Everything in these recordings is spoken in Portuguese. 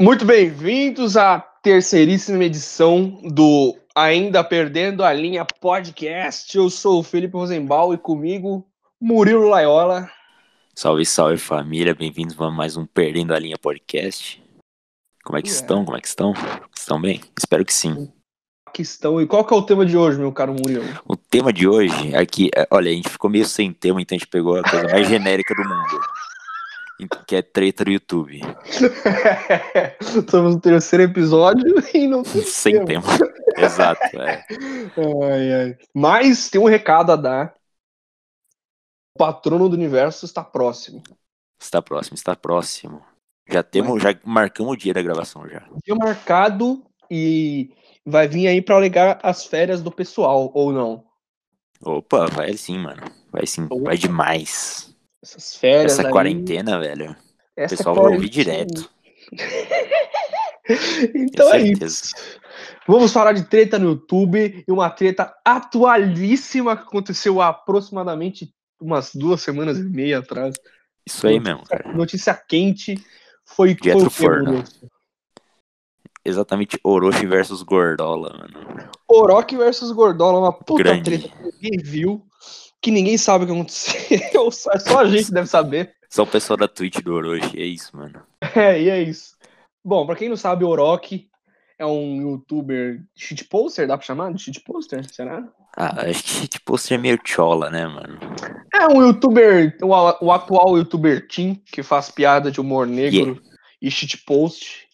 Muito bem-vindos à terceiríssima edição do Ainda Perdendo a Linha Podcast. Eu sou o Felipe Rosenbaum e comigo Murilo Laiola. Salve, salve família, bem-vindos a mais um Perdendo a Linha Podcast. Como é que É. estão? Como é que estão? Estão bem? Espero que sim. Aqui estão. E qual que é o tema de hoje, meu caro Murilo? O tema de hoje é que, é, olha, a gente ficou meio sem tema, então a gente pegou a coisa mais genérica do mundo. Ent- Que é treta do YouTube. Estamos no terceiro episódio e não tem Sem tema. Exato. é. Ai, ai. Mas tem um recado a dar. O patrono do universo está próximo. Está próximo, está próximo. Já temos, já marcamos o dia da gravação já. Dia marcado e vai vir aí para alegar as férias do pessoal, ou não. Opa, vai sim, mano. Vai sim, Opa. vai demais. Essas férias. Essa aí, quarentena, velho. O essa pessoal vai ouvir quarentena. direto. Então Tenho é certeza. isso. Vamos falar de treta no YouTube e uma treta atualíssima que aconteceu há aproximadamente umas duas semanas e meia atrás. Isso aí mesmo, cara. Notícia quente foi foi o Direto do quê, forno. Bruno? Exatamente Orochi versus Gordola, mano. Orochi versus Gordola, uma puta Grande. treta que ninguém viu, que ninguém sabe o que aconteceu, só, só a gente deve saber. Só o pessoal da Twitch do Orochi, é isso, mano. É, e é isso. Bom, pra quem não sabe, Orochi é um youtuber shitposter, dá pra chamar de shitposter, será? Ah, acho que tipo, você é meio chola, né, mano? É um youtuber, o, a- o atual youtuber Tim, que faz piada de humor negro e shitpost.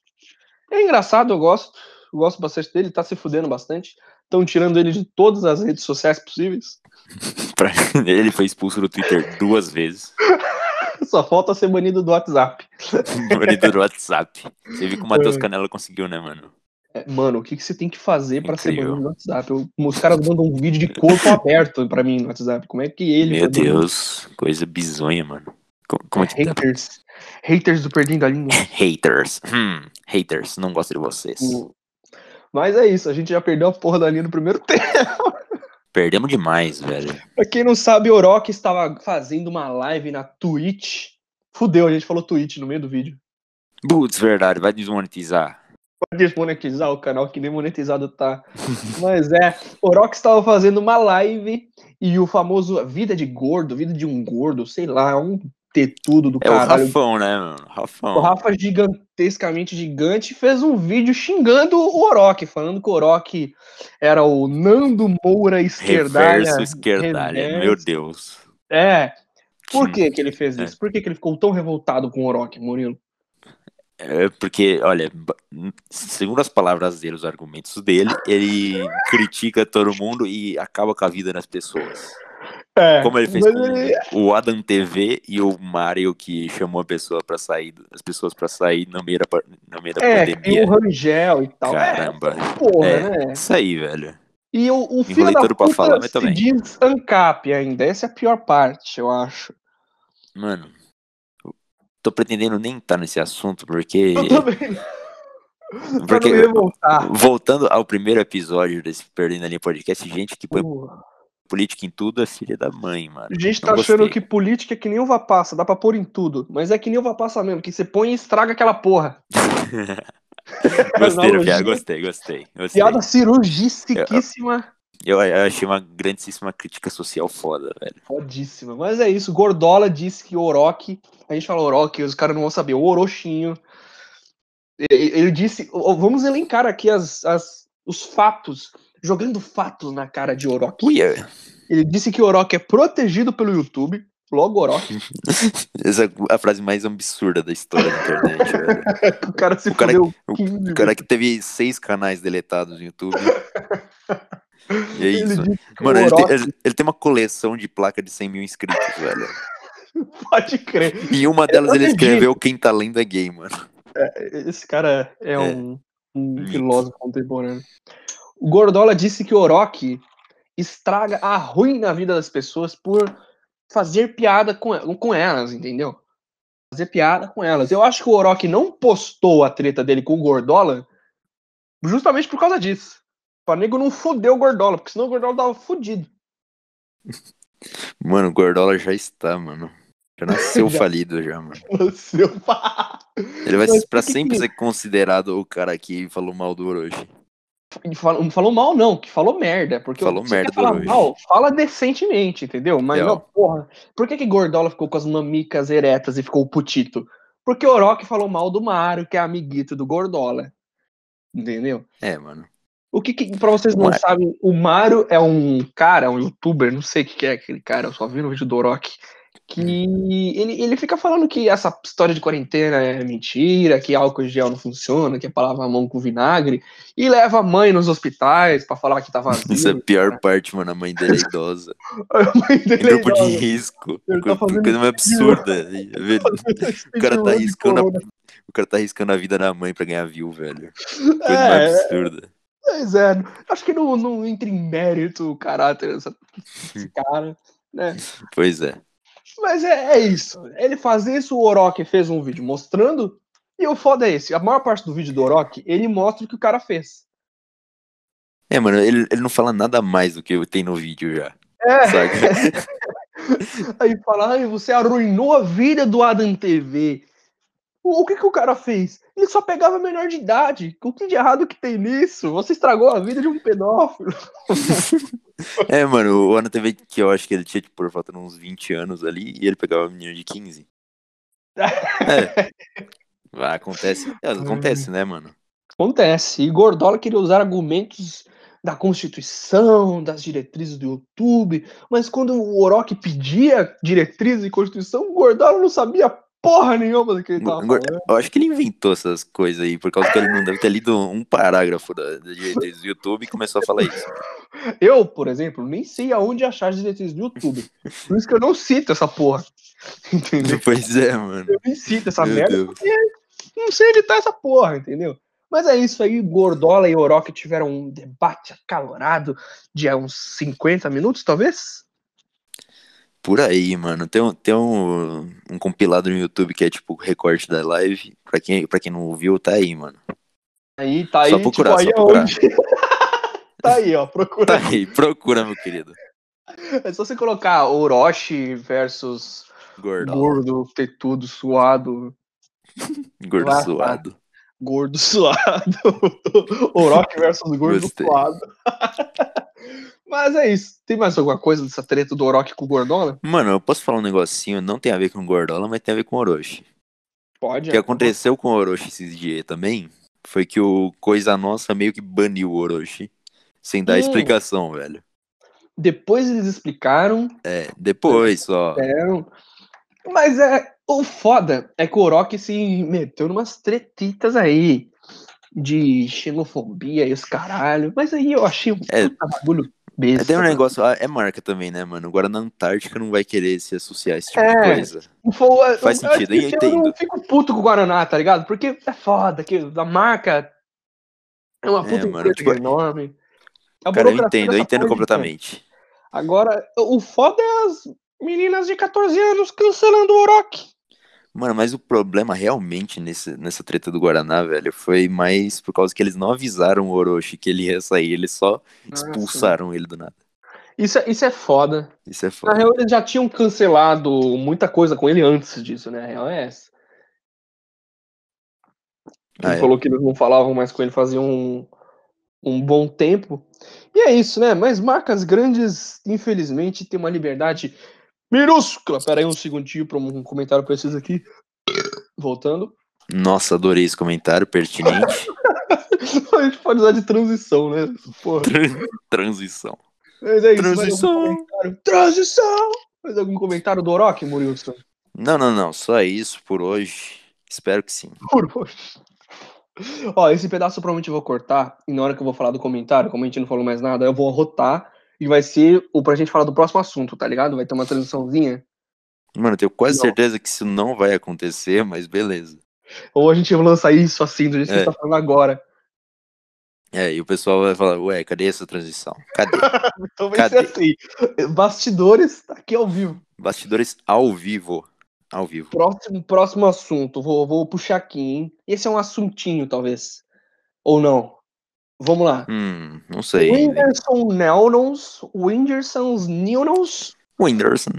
É engraçado, eu gosto, eu gosto bastante dele, tá se fudendo bastante. Estão tirando ele de todas as redes sociais possíveis. Pra- Ele foi expulso do Twitter duas vezes. Só falta ser banido do WhatsApp. Banido do WhatsApp. Você viu que o Matheus Canela conseguiu, né, mano? É, Mano, o que, que você tem que fazer pra ser Incrível. banido no WhatsApp? Eu- os caras mandam um vídeo de corpo aberto pra mim no WhatsApp. Como é que ele. Meu foi banido? Deus, coisa bizonha, mano. Co- Como é que tá? Haters. Haters do Perdendo a Linha. Haters. Uh. Hum, haters, não gosto de vocês. Mas é isso, a gente já perdeu a porra da linha no primeiro tempo. Perdemos demais, velho. Pra quem não sabe, Orochi estava fazendo uma live na Twitch. Fudeu, a gente falou Twitch no meio do vídeo. Putz, verdade, vai desmonetizar. Vai desmonetizar o canal que nem monetizado tá. Mas é, Orochi estava fazendo uma live e o famoso Vida de Gordo, Vida de um Gordo, sei lá, um tetudo do É o caralho. Rafão, né, mano? O Rafão. Rafa, gigantescamente gigante, fez um vídeo xingando o Orochi, falando que o Orochi era o Nando Moura esquerdalha. Reverso esquerdalha, meu reverso. Deus. É, por Sim. que, que ele fez É. isso? Por que, que ele ficou tão revoltado com o Orochi, Murilo? É porque, olha, ba- segundo as palavras dele, os argumentos dele, ele critica todo mundo e acaba com a vida das pessoas. É, Como ele fez mas com o Adam TV e o Mario que chamou a pessoa para sair, as pessoas para sair no meio da, pa- no meio da É, tem pandemia. o Rangel e tal. Caramba. É, porra, É. né? Isso aí, velho. E o, o filho Enrolei da tudo pra puta falar, mas se também. diz ANCAP ainda. Essa é a pior parte, eu acho. Mano, eu tô pretendendo nem estar nesse assunto porque Eu também, pra não porque me revoltar. voltando ao primeiro episódio desse Perdendo a Linha Podcast, gente que põe Porra. política em tudo é filha da mãe, mano. A gente Não tá achando que gostei. política é que nem uva passa, dá pra pôr em tudo. Mas é que nem uva passa mesmo, que você põe e estraga aquela porra. Gostei, da Analogia. piada, gostei, gostei. gostei. Piada cirurgiciquíssima. Eu, eu achei uma grandíssima crítica social foda, velho. Fodíssima. Mas é isso, Gordola disse que o Orochi, a gente fala Orochi, os caras não vão saber, o Orochinho. E- e- Ele disse, ó, ó, vamos elencar aqui as, as- os fatos, jogando fatos na cara de Orochi. Uia. Ele disse que o Orochi é protegido pelo YouTube, logo Orochi, Essa é a frase mais absurda da história da internet, velho. que o cara se O cara- é- fudeu o 15 O vezes. cara que teve seis canais deletados no YouTube. E é Ele isso. disse, Mano, ele Orochi. tem, ele- ele tem uma coleção de placa de 100 mil inscritos, velho. pode crer, E uma delas ele acredito. escreveu Quem tá lendo é gay, mano. esse cara é, É. um, um Mito. filósofo contemporâneo. O Gordola disse que o Orochi estraga, arruina a vida das pessoas por fazer piada com, el- com elas, entendeu? Fazer piada com elas. Eu acho que o Orochi não postou a treta dele com o Gordola justamente por causa disso. O nego não fudeu o Gordola, porque senão o Gordola tava fudido. Mano, o Gordola já está, mano. Já nasceu Já. falido já, mano. Nasceu fa- Ele vai Mas por pra que sempre que- ser considerado o cara que falou mal do Orochi. e falou, não falou mal, não, que falou merda. Porque Falou se você merda quer falar do Orochi. mal, fala decentemente, entendeu? Mas Real. não, porra. Por que, que Gordola ficou com as mamicas eretas e ficou putito? Porque o Orochi falou mal do Mario, que é amiguito do Gordola. Entendeu? É, mano. O que, que pra vocês não Mas- sabem, o Mario é um cara, um youtuber, não sei o que, que é aquele cara, eu só vi no vídeo do Orochi, que Hum. ele, ele fica falando que essa história de quarentena é mentira, que álcool em gel não funciona, que é pra lavar a mão com vinagre, e leva a mãe nos hospitais pra falar que tá vazio. Isso é a pior parte, mano. A mãe dele é idosa. A mãe Em dele é grupo um de idosa. risco. Ele tá Coisa fazendo coisa mais absurda. O cara tá riscando a- O cara tá arriscando a vida da mãe pra ganhar view, velho. Coisa mais É, absurda. pois é. Acho que não, não entra em mérito o caráter dessa- desse cara. Pois é. Mas é, é isso. Ele faz isso, o Orochi fez um vídeo mostrando. E o foda é esse. A maior parte do vídeo do Orochi, ele mostra o que o cara fez. É, mano, ele, ele não fala nada mais do que tem no vídeo já. É. Saca? Aí fala, Ai, você arruinou a vida do Adam TV. O, o que, que o cara fez? Ele só pegava menor de idade. O que de errado que tem nisso? Você estragou a vida de um pedófilo. É, mano, o Ana TV que eu acho que ele tinha, tipo, por falta de uns 20 anos ali, e ele pegava uma menina de 15. É. Vai, acontece. É, acontece, né, mano? Acontece. E Gordola queria usar argumentos da Constituição, das diretrizes do YouTube, mas quando o Orochi pedia diretrizes e Constituição, o Gordola não sabia porra nenhuma do que ele tava Gor- falando. Eu acho que ele inventou essas coisas aí, por causa que ele não deve ter lido um parágrafo da, da diretriz do YouTube e começou a falar isso. Eu, por exemplo, nem sei aonde achar as diretrizes do YouTube. Por isso que eu não cito essa porra. Entendeu? Pois é, mano. Eu nem cito essa Meu Tá merda Deus. não sei editar essa porra, entendeu? Mas é isso aí, Gordola e Orochi tiveram um debate acalorado de uns 50 minutos, talvez? Por aí, mano. Tem, um- tem um, um compilado no YouTube que é tipo recorte da live. Pra quem, pra quem não ouviu, tá aí, mano. Aí, tá aí, Só procurar, tipo, aí só procurar. aonde? Tá aí, ó, procura. Tá aí, procura, meu querido. É só você colocar Orochi versus Gordo. gordo, tetudo, suado, Gordo lá, suado. gordo, suado. Orochi versus gordo, Gostei. suado. Mas é isso. Tem mais alguma coisa dessa treta do Orochi com o Gordola? Mano, eu posso falar um negocinho, não tem a ver com Gordola, mas tem a ver com Orochi. Pode. é. O que aconteceu com o Orochi esses dias também foi que o Coisa Nossa meio que baniu o Orochi. Sem dar Hum. explicação, velho. Depois eles explicaram É, depois só. Não. Então, Mas é. O foda é que o Orochi se meteu numas tretitas aí. De xenofobia e os caralho. Mas aí eu achei um É. puta bagulho É, besta. tem um negócio, ah, é marca também, né, mano? Agora na Antártica não vai querer se associar a esse tipo É. de coisa. Foi- Faz eu- sentido, eu, eu eu entendo. não fico puto com o Guaraná, tá ligado? Porque é foda, que a marca é uma É, puta mano, empresa tipo, enorme. A Cara, eu burocracia entendo, eu dessa entendo porra de completamente. tanto. Agora, o foda é as meninas de 14 anos cancelando o Orochi. Mano, mas o problema realmente nesse, nessa treta do Guaraná, velho, foi mais por causa que eles não avisaram o Orochi que ele ia sair, eles Ah, só expulsaram ele do nada. Isso, é- isso é foda. Isso é Na foda. real, eles já tinham cancelado muita coisa com ele antes disso, né? A real é essa. Ele Ah, é. falou que eles não falavam mais com ele fazia um, um bom tempo. E é isso, né? Mas marcas grandes, infelizmente, têm uma liberdade minúscula. Pera aí um segundinho para um comentário pra vocês aqui. Voltando. Nossa, adorei esse comentário pertinente. A gente pode usar de transição, né? Porra. Tran- Transição. Mas é isso. mais algum Transição. comentário? Transição! Mais algum comentário do Orochi, Murilson? Não, não, não. Só isso por hoje. Espero que sim. Por favor. Ó, esse pedaço eu provavelmente vou cortar. E na hora que eu vou falar do comentário, como a gente não falou mais nada, eu vou rotar. E vai ser o pra gente falar do próximo assunto, tá ligado? Vai ter uma transiçãozinha. Mano, eu tenho quase Não. certeza que isso não vai acontecer, mas beleza. Ou a gente lança isso assim, do jeito que É. você tá falando agora. É, e o pessoal vai falar, ué, cadê essa transição? Cadê? Então vai ser assim. Bastidores, tá aqui ao vivo. Bastidores ao vivo. Ao vivo. Próximo, próximo assunto. Vou, vou puxar aqui, hein? Esse é um assuntinho, talvez. Ou não. Vamos lá. Hum, não sei. Whindersson Nelnons, Whindersson's Nilnons Whindersson.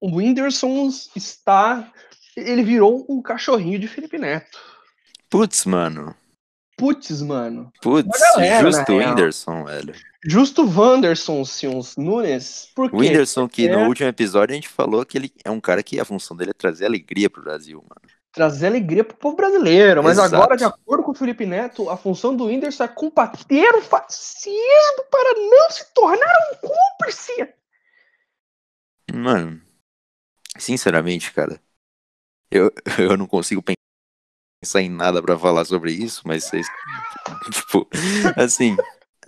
o Whindersson está. Ele virou um cachorrinho de Felipe Neto. Putz, mano. Putz, mano. Putz, Uma galera, justo na o real. Whindersson, velho. Justo Wanderson Sions Nunes. Por O quê? Whindersson, que É. no último episódio a gente falou que ele é um cara que a função dele é trazer alegria pro Brasil, mano. Trazer alegria pro povo brasileiro. Mas Exato. agora, de acordo com o Felipe Neto, a função do Whindersson é combater o fascismo para não se tornar um cúmplice. Mano, sinceramente, cara, eu, eu não consigo pen- pensar em nada pra falar sobre isso, mas vocês. tipo, assim.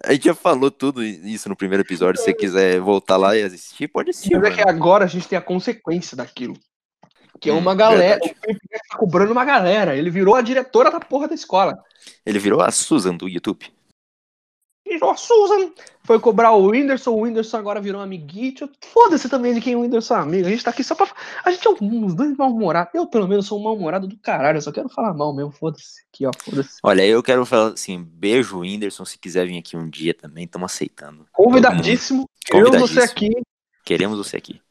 A gente já falou tudo isso no primeiro episódio. Se você quiser voltar lá e assistir, pode assistir. Mas é que mano. agora a gente tem a consequência daquilo. Que é Hum, uma galera. verdade. O Felipe Neto tá cobrando uma galera. Ele virou a diretora da porra da escola. Ele virou a Susan do YouTube. Virou a Susan. Foi cobrar o Whindersson. O Whindersson agora virou um amiguinho. Foda-se também de quem o Whindersson é amigo. A gente tá aqui só pra. A gente é uns dois mal-humorados. Eu, pelo menos, sou um mal-humorado do caralho. Eu só quero falar mal mesmo. Foda-se. Aqui, ó. Foda-se. Olha, eu quero falar assim: beijo, Whindersson. Se quiser vir aqui um dia também, estamos aceitando. Convidadíssimo. Queremos você Convidadíssimo. aqui. Queremos você aqui.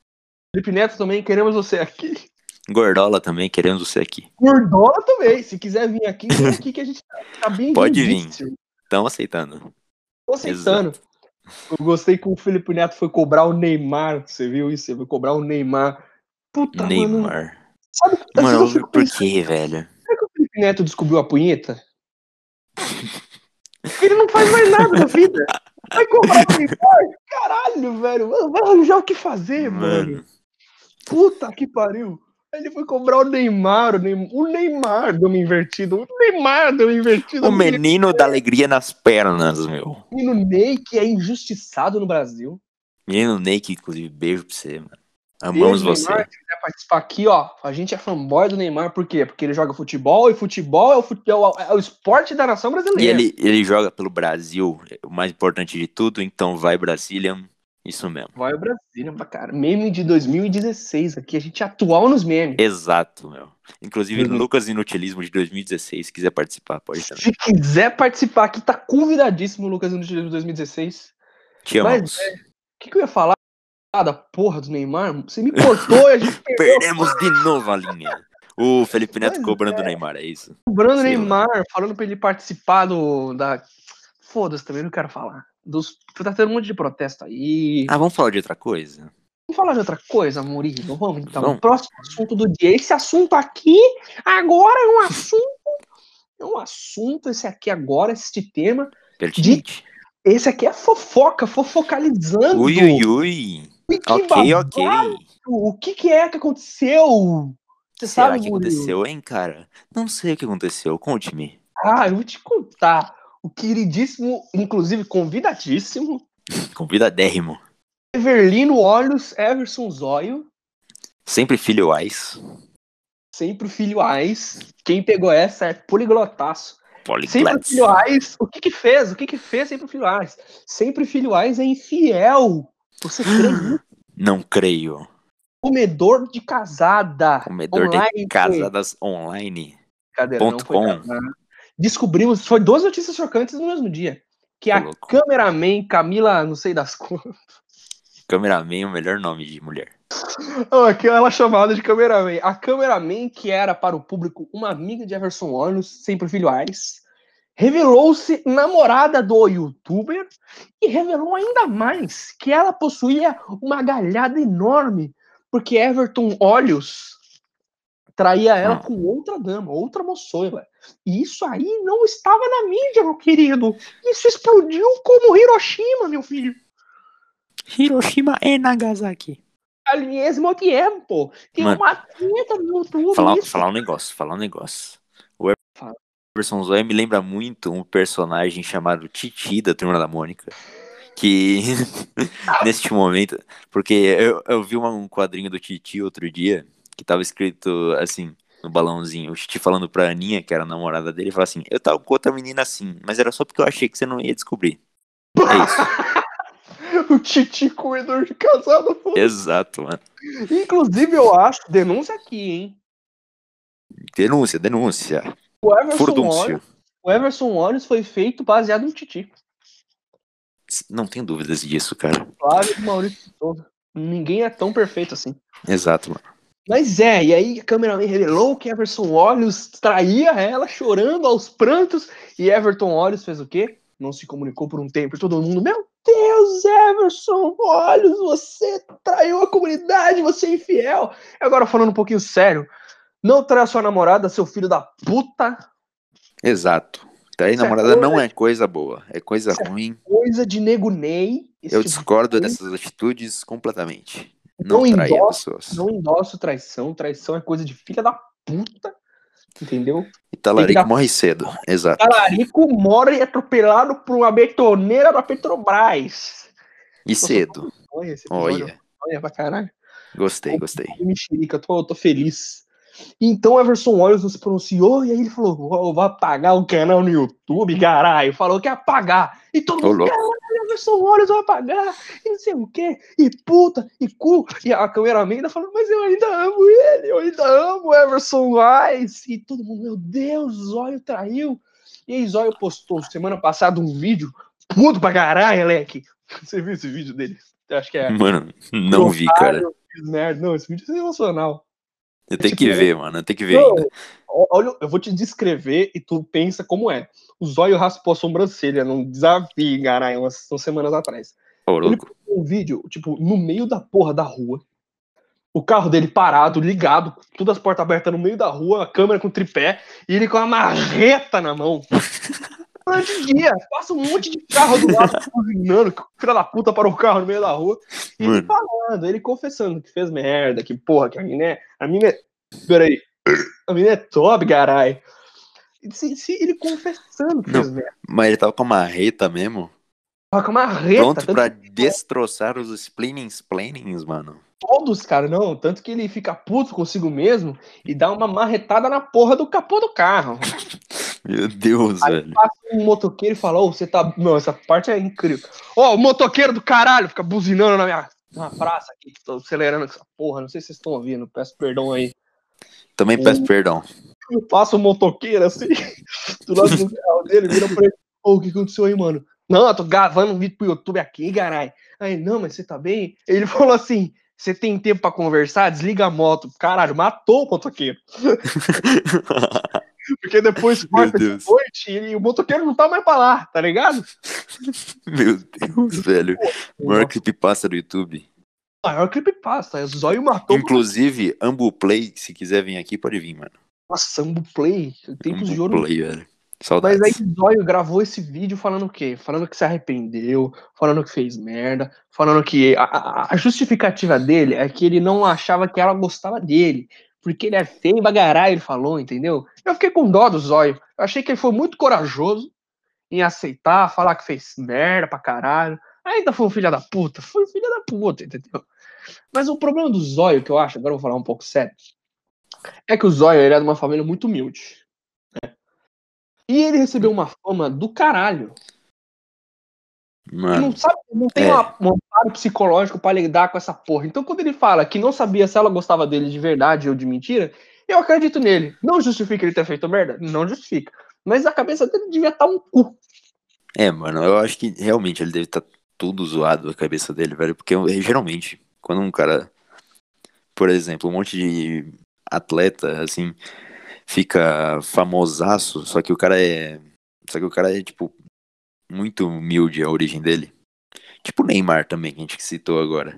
Felipe Neto também. Queremos você aqui. Gordola também, queremos você aqui. Gordola também. Se quiser vir aqui, vem aqui que a gente tá- tá bem. Pode vir. lindíssimo. Estão aceitando. Tô aceitando. Eu gostei que o Felipe Neto foi cobrar o Neymar. Você viu isso? Ele foi cobrar o Neymar. Puta, Tá, mano. Tá Neymar. Sabe, sabe o que eu Mano, fico por pensando? que, velho? Será que o Felipe Neto descobriu a punheta? Porque ele não faz mais nada da vida. Vai comprar um uniforme? Caralho, velho. Mano, Vai arranjar o que fazer, mano. Mano, Puta que pariu. Aí Ele foi cobrar o Neymar. O Neymar, o Neymar deu uma invertida. O Neymar deu uma invertida. o menino da alegria nas pernas, meu. menino Ney, que é injustiçado no Brasil. Menino Ney, que inclusive, beijo pra você, mano. Amamos Ele, você. Neymar, se quiser participar aqui, ó. A gente é fanboy do Neymar. Por quê? Porque ele joga futebol e futebol é o, fute- é o- é o esporte da nação brasileira. E ele, ele joga pelo Brasil, o mais importante de tudo, então vai, Brasília. Isso mesmo. Vai o Brasília pra cara. Meme de 2016 aqui. A gente é atual nos memes. Exato, meu. Inclusive, Uhum. Lucas Inutilismo de 2016, se quiser participar, pode também. Se quiser participar aqui, tá convidadíssimo, Lucas no de 2016. Te Mas, amamos. O que, que eu ia falar Ah, da porra do Neymar? Você me cortou e a gente perdeu Perdemos de novo a linha. O Felipe Neto Pois cobrando o Neymar, é isso? cobrando o Sei lá. Neymar, falando pra ele participar do. Da... Foda-se também, não quero falar. Dos... Tá tendo um monte de protesto aí. Ah, vamos falar de outra coisa? Vamos falar de outra coisa, Murilo. Vamos então. Vamos. Próximo assunto do dia. Esse assunto aqui, agora é um assunto. É um assunto, esse aqui agora, este tema. Pertinente? Esse aqui é fofoca, fofocalizando. Ui, ui, ui. E que Ok, babado, ok. O que, que é que aconteceu? Você Será sabe, que Murilo? aconteceu, hein, cara? Não sei o que aconteceu, conte-me. Ah, eu vou te contar. O queridíssimo, inclusive convidadíssimo, Convidadérrimo. Everlino Olhos Everson Zóio, Sempre filhoais. sempre o filho Ais. Quem pegou essa é poliglotaço. Sempre Poliglates. filhoais, o que que fez? O que que fez sempre filhoais? Sempre filhoais é infiel. Você crê no Não creio. comedor de casada. Comedor de Online. casadas online. Cadê? ponto com. casada. Descobrimos, foi duas notícias chocantes no mesmo dia. Que Ô, a louco. cameraman Camila, não sei das coisas. Cameraman, o melhor nome de mulher. Aquela é chamada de cameraman. A cameraman, que era para o público uma amiga de Everson Olhos, sempre filhoais, revelou-se namorada do youtuber e revelou ainda mais que ela possuía uma galhada enorme, porque Everton Olhos traía ela Hum. com outra dama, outra moçoila. E isso aí não estava na mídia, meu querido. Isso explodiu como Hiroshima, meu filho. Hiroshima e Nagasaki. Al mesmo tempo. Tem Mano. uma treta no YouTube. Falar, isso. falar um negócio, falar um negócio. O Fala. Everson Zoya me lembra muito um personagem chamado Titi da Turma da Mônica. Que neste momento, porque eu, eu vi uma- um quadrinho do Titi outro dia que tava escrito assim, no balãozinho, o Titi falando pra Aninha, que era a namorada dele, fala assim: Eu tava com outra menina assim, mas era só porque eu achei que você não ia descobrir. É isso. O Titi comedor de casada. pô. Exato, mano. Inclusive, eu acho, denúncia aqui, hein? Denúncia, denúncia. O Everson, Furdúncio. Olhos, o Everson Olhos foi feito baseado no Titi. Não tem dúvidas disso, cara. Claro, Maurício de Souza. Ninguém é tão perfeito assim. Exato, mano. Mas é, e aí a cameraman revelou que Everton Olhos traía ela chorando aos prantos. E Everton Olhos fez o quê? Não se comunicou por um tempo. E todo mundo, meu Deus, Everson Olhos, você traiu a comunidade, você é infiel. Agora falando um pouquinho sério, não trai a sua namorada, seu filho da puta. Exato. Trair Isso é namorada não coisa- é coisa boa, é coisa Isso é ruim. Coisa de nego Ney. Esse Eu tipo de discordo coisa. dessas atitudes completamente. Não Não trair endosso, pessoas. Não endosso traição. Traição é coisa de filha da puta. Entendeu? E talarico Tem que dar- morre cedo. Exato. Talarico morre atropelado por uma betoneira da Petrobras. E Nossa, cedo. Olha esse episódio. Olha, Olha pra caralho. gostei, gostei. Que mexerica, tô, tô feliz. Então Everson Olhos nos pronunciou e aí ele falou: "Vou- vou apagar o canal no YouTube, caralho. Falou que ia apagar. E todo Ô, mundo, louco. caralho, Everson Olhos vai apagar. E não sei o quê. E puta, e cu. E a cameraman ainda falou: Mas eu ainda amo ele, eu ainda amo o Everson Wise. E todo mundo, meu Deus, Zóio traiu. E aí, Zóio postou semana passada um vídeo puto pra caralho, Leque. Você viu esse vídeo dele? Eu acho que é. Mano, não vi, cara. Otário, fiz merda. Não, esse vídeo é sensacional. Eu tenho tipo, que né? ver, mano. Eu tenho que ver Não, ainda. ó- olha, eu vou te descrever e tu pensa como é. O zóio raspou a sobrancelha num desafio, caralho, umas, umas semanas atrás. Ô, louco. Um vídeo, tipo, no meio da porra da rua. O carro dele parado, ligado, com todas as portas abertas no meio da rua, a câmera com tripé, e ele com a marreta na mão. Durante o dia, passa um monte de carro do lado buzinando, que o filho da puta parou o carro no meio da rua. E ele Mano, falando, ele confessando que fez merda, que porra, que a mina é. A mina é. Peraí. A mina é top, caralho. Se, se ele confessando que Não. fez merda. mas ele tava com a marreta mesmo. Tava com uma reta. Pronto tanto pra que destroçar os spleenings, plannings, mano. Todos, cara, não. Tanto que ele fica puto consigo mesmo e dá uma marretada na porra do capô do carro. Meu Deus, Aí velho. passa um motoqueiro e fala: Ô, você tá. Não, essa parte é incrível. Ó, o motoqueiro do caralho fica buzinando na minha. Na praça aqui, que tô acelerando com essa porra. Não sei se vocês estão ouvindo, peço perdão aí. Também peço perdão. Eu passo um motoqueiro assim, do lado do carro dele, vira pra ele. Ô, o que aconteceu aí, mano? Não, eu tô gravando um vídeo pro YouTube aqui, caralho. Aí, não, mas você tá bem? Ele falou assim: você tem tempo pra conversar? Desliga a moto. Caralho, matou o motoqueiro. Porque depois Meu corta de Deus. noite e o motoqueiro não tá mais pra lá, tá ligado? Meu Deus, velho. Maior passa do YouTube. O maior creepypasta. O Zóio matou. Inclusive, Ambu Play, se quiser vir aqui, pode vir, mano. Nossa, Ambu Play. Tempos de ouro. Ambu Play, velho. Saudades. Mas aí o Zóio gravou esse vídeo falando o quê? Falando que se arrependeu, falando que fez merda, falando que a, a- a justificativa dele é que ele não achava que ela gostava dele, porque ele é feio bagarai, ele falou, entendeu? Eu fiquei com dó do Zóio. Eu achei que ele foi muito corajoso em aceitar, falar que fez merda pra caralho. Ainda foi um filho da puta, foi um filho da puta, entendeu? Mas o problema do Zóio, que eu acho, agora eu vou falar um pouco sério, é que o Zóio ele é de uma família muito humilde. E ele recebeu uma fama do caralho. Ele Mano, não sabe, não tem é. uma- um amparo psicológico pra lidar com essa porra. Então, quando ele fala que não sabia se ela gostava dele de verdade ou de mentira, eu acredito nele. Não justifica ele ter feito merda? Não justifica. Mas a cabeça dele devia estar um cu. é, mano, eu acho que realmente ele deve estar tudo zoado a cabeça dele, velho. Porque eu- é, geralmente, quando um cara, por exemplo, um monte de atleta, assim, fica famosaço, só que o cara é. Só que o cara é, tipo, muito humilde a origem dele. Tipo o Neymar também, que a gente citou agora.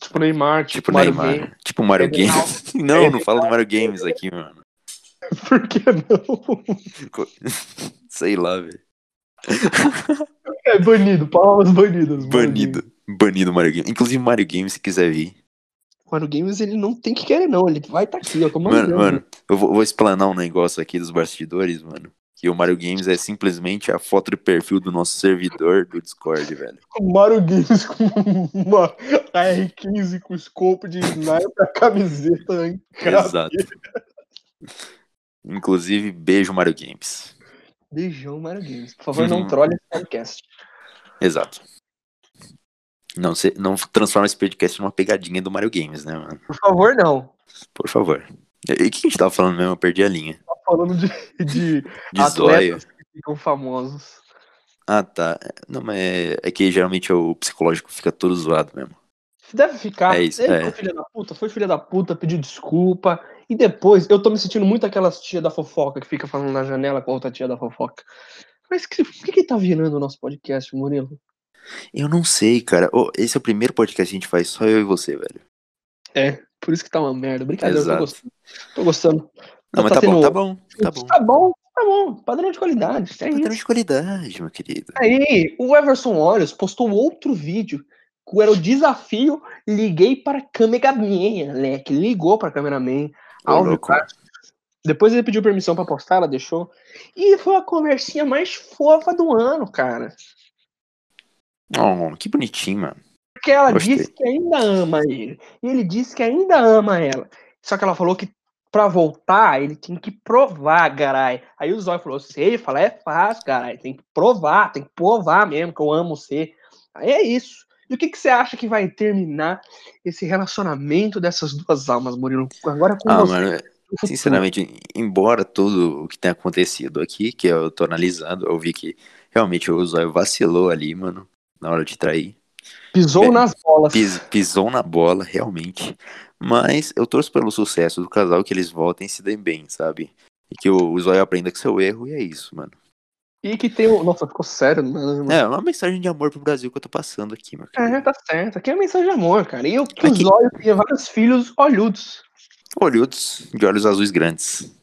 Tipo Neymar, Tipo Mario Neymar. Games. Tipo Mario Ele é Games. Não, não fala do Mario Games aqui, mano. Por que não? Co- Sei lá, velho. É banido, palavras banidas. Mario Games. Banido. Banido Mario Games. Inclusive, Mario Games, se quiser vir. Mario Games, ele não tem que querer, não. Ele vai estar aqui, eu tô mandando. Mano, mano, eu vou, vou explanar um negócio aqui dos bastidores, mano. Que o Mario Games é simplesmente a foto de perfil do nosso servidor do Discord, velho. O Mario Games com uma AR-15 com escopo de sniper, a camiseta encravada. Exato. Inclusive, beijo Mario Games. Beijão, Mario Games. Por favor, não Uhum. trolhe esse podcast. Exato. Não, se, não transforma esse podcast numa pegadinha do Mario Games, né, mano? Por favor, não. Por favor. E o que a gente tava falando mesmo? Eu perdi a linha. Tá falando de, de De Atletas. zóio. ficam famosos. Ah, tá. Não, mas é, é que geralmente o psicológico fica todo zoado mesmo. Deve ficar. É isso, Ele é. foi filha da puta, foi filha da puta, pediu desculpa. E depois, eu tô me sentindo muito aquelas tia da fofoca que fica falando na janela com a outra tia da fofoca. Mas que- o que que tá virando o nosso podcast, Murilo? Eu não sei, cara. Ô, esse é o primeiro podcast que a gente faz, só eu e você, velho. Por isso que tá uma merda. Brincadeira, eu tô Exato. gostando. Tô gostando. Não, mas Tá tá bom, tendo- tá bom, tá bom. Tá bom, tá bom. Padrão de qualidade. É Padrão isso. de qualidade, meu querido. Aí, o Everson Olhos postou outro vídeo, que era o desafio Liguei para a Cameraman, moleque. Ligou para a Cameraman. Ô, Ao louco. Depois ele pediu permissão para postar, ela deixou. E foi a conversinha mais fofa do ano, cara. Tá. Oh, que bonitinho, mano. Porque ela Gostei. disse que ainda ama ele. E ele disse que ainda ama ela. Só que ela falou que pra voltar, ele tinha que provar, carai. Aí o Zóio falou, sei, falar é fácil, carai. Tem que provar, tem que provar mesmo que eu amo você. Aí é isso. E o que, que você acha que vai terminar esse relacionamento dessas duas almas, Murilo? Agora com Ah, você. mano, no futuro. Sinceramente, embora tudo o que tenha acontecido aqui, que eu tô analisando, eu vi que realmente o Zóio vacilou ali, mano, na hora de trair. Pisou velho, nas bolas. é Pis- pisou na bola, realmente. Mas eu torço pelo sucesso do casal, que eles voltem e se deem bem, sabe? E que o, o Zóio aprenda com seu erro, e é isso, mano. E que tem o... Nossa, ficou sério, mano. É, é uma mensagem de amor pro Brasil que eu tô passando aqui, meu É, querido. tá certo. Aqui é mensagem de amor, cara. E eu que Aqui- os olhos tinha vários filhos olhudos. Olhudos de olhos azuis grandes.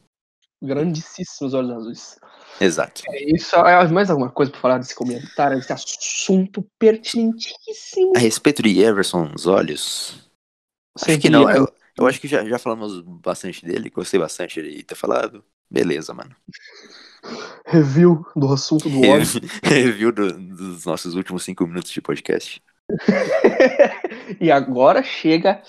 Grandíssimos olhos azuis. Exato. É Isso é mais alguma coisa pra falar desse comentário, desse assunto pertinentíssimo. A respeito de Everson, os olhos, Acho que Sempre não, é. eu, eu acho que já, já falamos bastante dele, gostei bastante de ter falado. Beleza, mano. Review do assunto do óleo. Review do- dos nossos últimos cinco minutos de podcast. e agora chega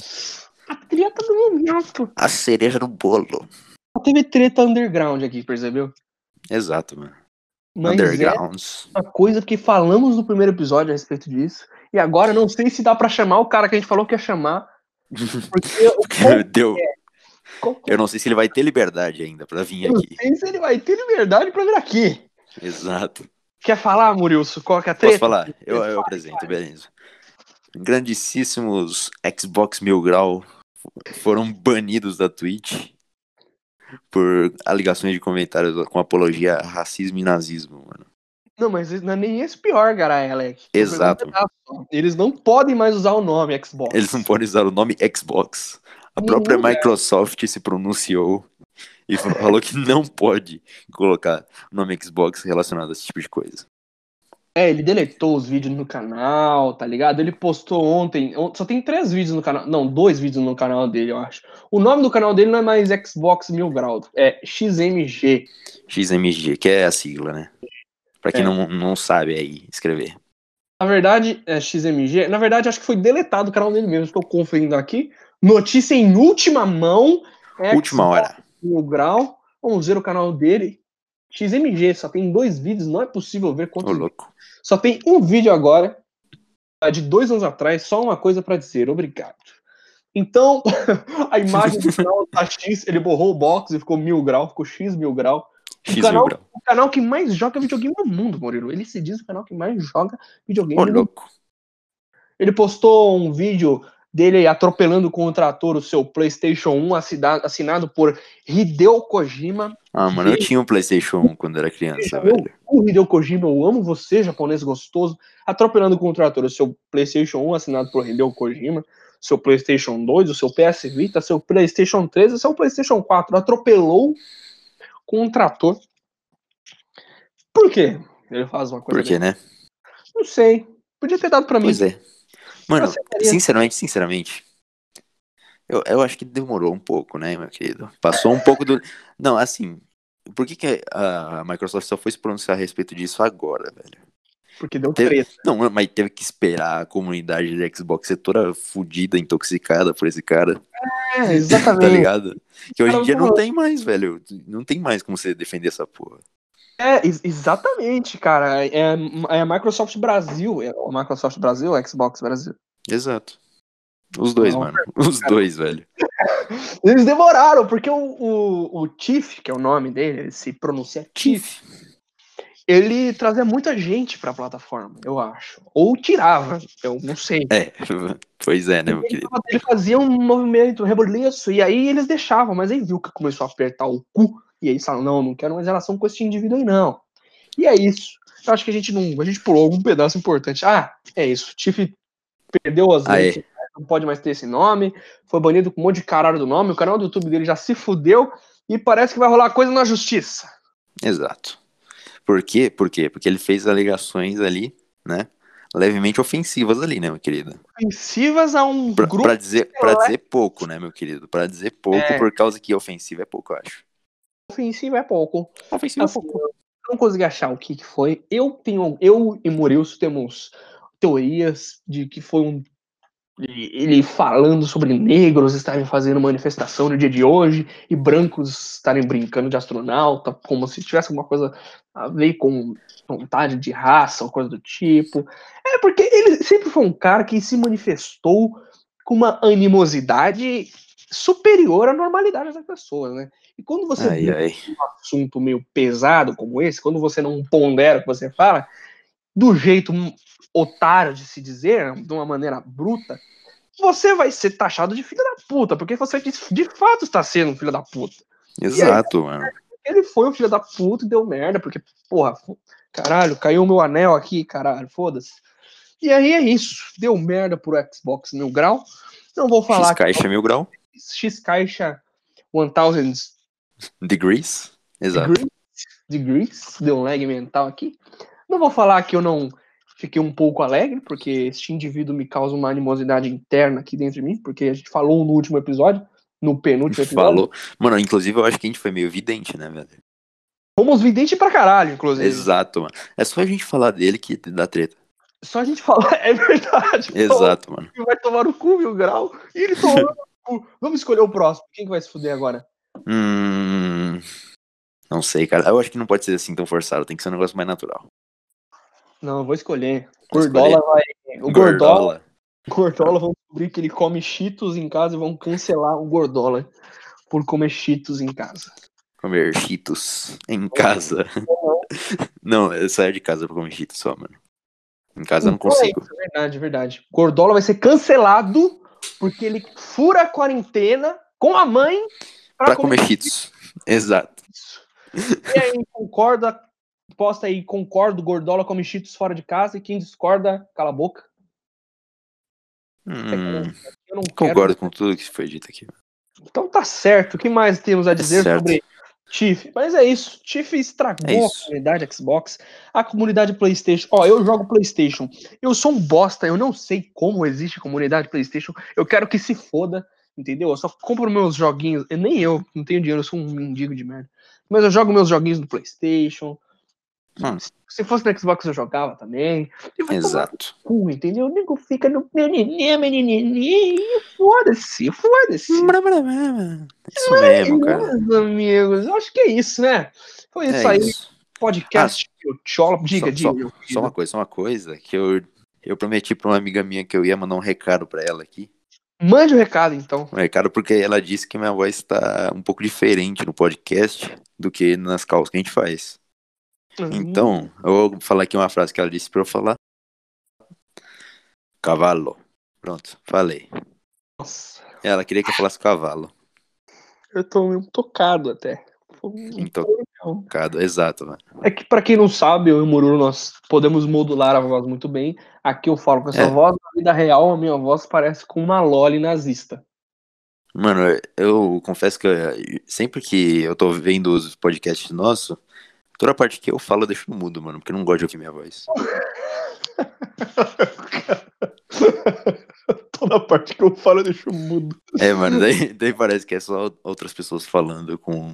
a treta do momento. A cereja no bolo. Só Teve treta underground aqui, percebeu? Exato, mano. Mas é Undergrounds. uma coisa que falamos no primeiro episódio a respeito disso. E agora eu não sei se dá pra chamar o cara que a gente falou que ia chamar. Porque o Meu Deus, Qual- eu não sei se ele vai ter liberdade ainda pra vir Eu não aqui. sei se ele vai ter liberdade pra vir aqui. Exato. Quer falar, Murilso? Qual que é a treta? Posso falar? Eu, eu apresento, beleza. Grandíssimos Xbox Mil Grau foram banidos da Twitch por alegações de comentários com apologia a racismo e nazismo, mano. Não, mas isso não é nem esse pior, cara, Alex. Tipo, Exato. Eles não podem mais usar o nome Xbox. Eles não podem usar o nome Xbox. A Nenhum própria Microsoft se pronunciou e fa- falou que não pode colocar o nome Xbox relacionado a esse tipo de coisa. É, ele deletou os vídeos no canal, tá ligado? Ele postou ontem. on- Só tem três vídeos no canal. Não, dois vídeos no canal dele, eu acho. O nome do canal dele não é mais Xbox Mil Grau. É XMG. XMG, que é a sigla, né? Pra quem É. não, não sabe aí escrever. Na verdade, é XMG. Na verdade, acho que foi deletado o canal dele mesmo. Estou conferindo aqui. Notícia em última mão. Última um hora. Mil Grau. Vamos ver o canal dele. XMG, só tem dois vídeos, não é possível ver Ô, quantos. louco. só tem um vídeo agora, é de dois anos atrás, só uma coisa pra dizer, obrigado. Então, a imagem do canal tá X, ele borrou o box e ficou mil grau, ficou X mil grau. X Um canal- mil grau. O canal que mais joga videogame no mundo, Murilo. Ele se diz o canal que mais joga videogame Ô, no mundo. louco. Ele postou um vídeo dele atropelando com o trator o seu PlayStation 1, assida- assinado por Hideo Kojima. Ah, mano, eu tinha um PlayStation 1 quando era criança, velho. O Hideo Kojima, eu amo você, japonês gostoso. Atropelando com o trator o seu PlayStation 1, assinado por Hideo Kojima, seu PlayStation 2, o seu PS Vita, seu PlayStation 3 e seu PlayStation 4. Atropelou com o trator. Por quê? Ele faz uma coisa. Por quê, né? dessa. Não sei. Podia ter dado pra mim. Pois é. Mano, Você faria- sinceramente, sinceramente. Eu, eu acho que demorou um pouco, né, meu querido? Passou um pouco do. Não, assim. Por que, que a a Microsoft só foi se pronunciar a respeito disso agora, velho? Porque deu Teve- treta. Não, mas teve que esperar a comunidade de Xbox ser toda fodida, intoxicada por esse cara, É, tá exatamente. ligado? Que hoje em Cara, dia não pô. tem mais, velho. Não tem mais como você defender essa porra. É, ex- exatamente, cara. É, é a Microsoft Brasil. É a Microsoft Brasil ou a Xbox Brasil? Exato. Os dois, Não, mano. Os dois, velho. Eles demoraram, porque o, o, o Tiff, que é o nome dele, ele se pronuncia Tiff, ele trazia muita gente pra plataforma, eu acho. Ou tirava, eu não sei. É, pois é, né, meu Ele, querido? tava- ele fazia um movimento, um reboliço, e aí eles deixavam, mas aí viu que começou a apertar o cu, e aí eles falaram, não, não quero mais relação com esse indivíduo aí, não. E é isso. Eu acho que a gente não. A gente pulou algum pedaço importante. Ah, é isso. O Tiff perdeu as Aê. leis, não pode mais ter esse nome, foi banido com um monte de caralho do nome, o canal do YouTube dele já se fudeu e parece que vai rolar coisa na justiça. Exato. Por quê? Por quê? Porque ele fez alegações ali, né? Levemente ofensivas ali, né, meu querido? Ofensivas a um Pra, grupo. pra dizer, pra dizer pouco, né, meu querido? Pra dizer pouco, É. por causa que ofensiva é pouco, eu acho. Ofensivo é pouco. Ofensiva é Assim, pouco. eu não consegui achar o que, que foi. Eu tenho, eu e Murilso temos teorias de que foi um de ele falando sobre negros estarem fazendo manifestação no dia de hoje e brancos estarem brincando de astronauta, como se tivesse alguma coisa a ver com vontade de raça ou coisa do tipo. É porque ele sempre foi um cara que se manifestou com uma animosidade superior à normalidade das pessoas, né? E quando você Ai, brinca ai. assunto meio pesado como esse, quando você não pondera o que você fala, do jeito um otário de se dizer, de uma maneira bruta, você vai ser taxado de filho da puta, porque você de, de fato está sendo um filho da puta. Exato, mano. Ele foi um filho da puta e deu merda, porque, porra, fo- caralho, caiu meu anel aqui, caralho, foda-se. E aí é isso, deu merda pro Xbox Mil Grau. Não vou falar X caixa mil grau. que X Caixa 1000 Degrees. Exato. Degrees, Degrees, deu um lag mental aqui. Não vou falar que eu não fiquei um pouco alegre, porque este indivíduo me causa uma animosidade interna aqui dentro de mim, porque a gente falou no último episódio, no penúltimo episódio. Falou. Mano, inclusive eu acho que a gente foi meio vidente, né, velho? Fomos vidente pra caralho, inclusive. Exato, mano. É só a gente falar dele que dá treta. Só a gente falar, é verdade. Exato, mano. Ele vai tomar no cu, mil grau. E ele tomou no cu. Vamos escolher o próximo. Quem que vai se fuder agora? Hum. Não sei, cara. Eu acho que não pode ser assim tão forçado. Tem que ser um negócio mais natural. Não, eu vou escolher. Vou escolher. Gordola vai. O Gordola, Gordola. Gordola vão descobrir que ele come Cheetos em casa e vão cancelar o Gordola por comer Cheetos em casa. Comer cheetos Uhum. em casa. não, eu saio de casa pra comer cheetos só, mano. Em casa eu não Então é consigo. isso, verdade, verdade. Gordola vai ser cancelado porque ele fura a quarentena com a mãe Pra comer cheetos. Exato. isso. E aí, concorda, posta aí, concordo, Gordola come cheetos fora de casa e quem discorda, cala a boca. Hum, Eu não É, quero. concordo com tudo que foi dito aqui. Então tá certo. O que mais temos a dizer Tá Certo. sobre Tiff? Mas é isso. Tiff estragou É isso. a comunidade Xbox, a comunidade PlayStation. Ó, eu jogo PlayStation. Eu sou um bosta. Eu não sei como existe comunidade PlayStation. Eu quero que se foda, entendeu? Eu só compro meus joguinhos. Eu- nem eu, não tenho dinheiro. Eu sou um mendigo de merda. Mas eu jogo meus joguinhos no PlayStation. Hum. Se- Se fosse no Xbox, eu jogava também. E vai tomar Exato. no cu, entendeu? O nego fica no. Foda-se, foda-se. Isso mesmo, cara. Meus amigos, eu acho que é isso, né? Foi isso É aí, isso. Ah, podcast do Tcholo. Diga, só- diga. meu Só uma querido. coisa, só uma coisa que eu, eu prometi pra uma amiga minha que eu ia mandar um recado pra ela aqui. Mande o recado, então. Um recado porque ela disse que minha voz tá um pouco diferente no podcast do que nas calls que a gente faz. Uhum. Então, eu vou falar aqui uma frase que ela disse pra eu falar. Cavalo. Pronto, falei. Nossa, Ela queria que eu falasse cavalo. eu tô meio tocado até. Então, Cado, exato, mano. É que, pra quem não sabe, eu e o Mururo, nós podemos modular a voz muito bem. Aqui eu falo com essa É. voz, na vida real, a minha voz parece com uma loli nazista. Mano, eu confesso que eu- sempre que eu tô vendo os podcasts nossos, toda parte que eu falo eu deixo no mudo, mano, porque eu não gosto de ouvir minha voz. Toda parte que eu falo, eu deixo mudo. É, mano, daí, daí parece que é só outras pessoas falando com.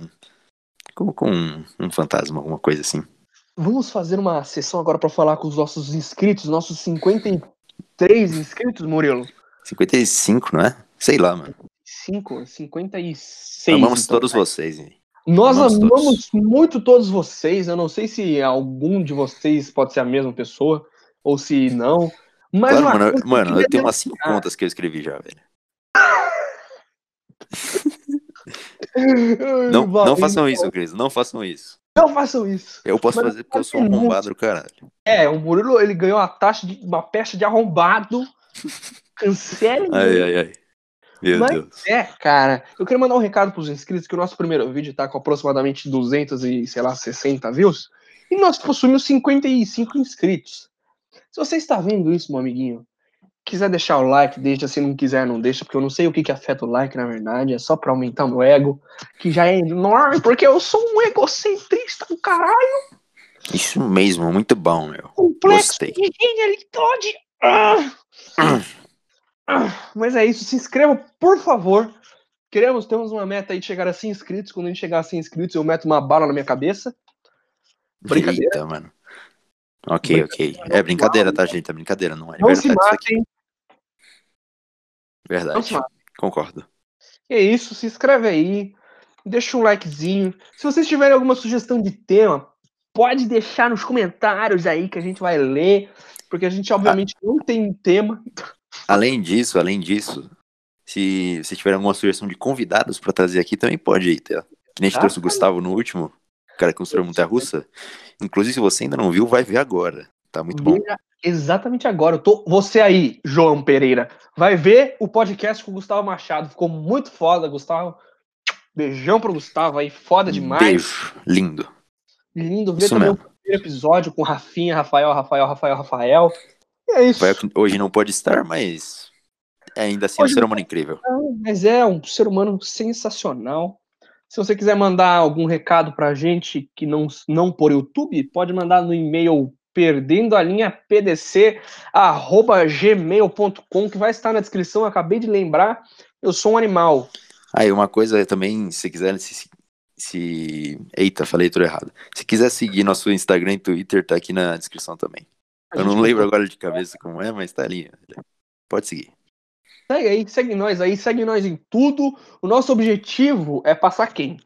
com, com um, um fantasma, alguma coisa assim. Vamos fazer uma sessão agora pra falar com os nossos inscritos, nossos 53 inscritos, Murilo. 55, não é? Sei lá, mano. 5, 56. Amamos então. todos vocês, hein? Nós amamos amamos todos. muito todos vocês. Eu não sei se algum de vocês pode ser a mesma pessoa ou se não. Mas Claro, uma mano, coisa eu, que mano, queria eu tenho dizer- umas 5 contas que eu escrevi já, velho. Ai, Não, não valeu. façam isso, Cris, não façam isso. Não façam isso. Eu posso então. Mas fazer porque eu sou um pergunta. arrombado do caralho. É, o Murilo, ele ganhou uma taxa de uma pecha de arrombado. Cancele. Ai, ai, ai. Meu Mas- Deus. É, cara. Eu queria mandar um recado pros inscritos que o nosso primeiro vídeo tá com aproximadamente 200 e, sei lá, 60 views. E nós possuímos 55 inscritos. Se você está vendo isso, meu amiguinho, quiser deixar o like, deixa. Se não quiser, não deixa, porque eu não sei o que, que afeta o like, na verdade. É só pra aumentar meu ego, que já é enorme, porque eu sou um egocentrista do caralho, Isso mesmo, muito bom, meu. complexo Gostei. de genialidade. Ah! Hum. Ah, Mas é isso, se inscreva, por favor. Queremos, temos uma meta aí de chegar a 100 inscritos. Quando a gente chegar a 100 inscritos, eu meto uma bala na minha cabeça. Brincadeira. então. Eita, mano. Ok, ok. É brincadeira, tá, gente? É brincadeira, não é Não se verdade isso aqui. matem, não se Verdade. matem. Concordo. E é isso, se inscreve aí, deixa um likezinho. Se vocês tiverem alguma sugestão de tema, pode deixar nos comentários aí que a gente vai ler, porque a gente obviamente não tem um tema. Além disso, além disso, se você tiver alguma sugestão de convidados pra trazer aqui, também pode aí, tá? Que nem a gente Ah, trouxe o Gustavo no último, o cara que construiu a montanha russa. Inclusive, se você ainda não viu, vai ver agora. Tá muito bom. Veja Exatamente agora. Eu tô... Você aí, João Pereira, vai ver o podcast com o Gustavo Machado. Ficou muito foda, Gustavo. Beijão pro Gustavo aí, foda demais. Beijo. Lindo. Lindo ver Isso também mesmo. o primeiro episódio com Rafinha, Rafael, Rafael, Rafael, Rafael. E é isso. Vai- hoje não pode estar, mas ainda assim é um Hoje ser humano incrível. Mas é um ser humano sensacional. Se você quiser mandar algum recado pra gente que não, não por YouTube, pode mandar no e-mail perdendo a linha pdc@gmail.com que vai estar na descrição. Eu acabei de lembrar, eu sou um animal. Aí uma coisa também, se quiser se, se- Eita, falei tudo errado. Se quiser seguir nosso Instagram e Twitter, tá aqui na descrição também. A Eu não gente lembro agora de cabeça como é, mas tá ali. Pode seguir. Segue aí, segue nós aí, segue nós em tudo. O nosso objetivo é passar quem?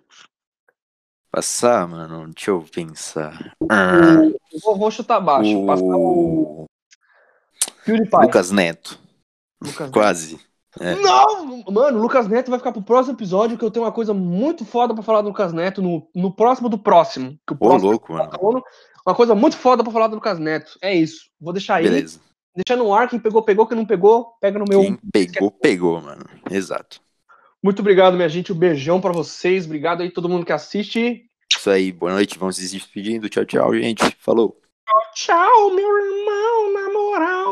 Passar, mano, deixa eu pensar. Ah, O vovô chutar baixo, passar o o PewDiePie. Lucas Neto, Lucas quase. É. Não! Mano, o Lucas Neto vai ficar pro próximo episódio, que eu tenho uma coisa muito foda pra falar do Lucas Neto, no, no próximo do próximo. Que o Ô, próximo louco, é mano. outono. uma coisa muito foda pra falar do Lucas Neto. É isso. Vou deixar aí. Beleza. Deixar no ar. Quem pegou, pegou. Quem não pegou, pega no meu. Quem pegou, pegou, mano. Exato. Muito obrigado, minha gente. Um beijão pra vocês. Obrigado aí todo mundo que assiste. Isso aí, boa noite. Vamos se despedindo. Tchau, tchau, gente. Falou. Tchau, meu irmão, na moral.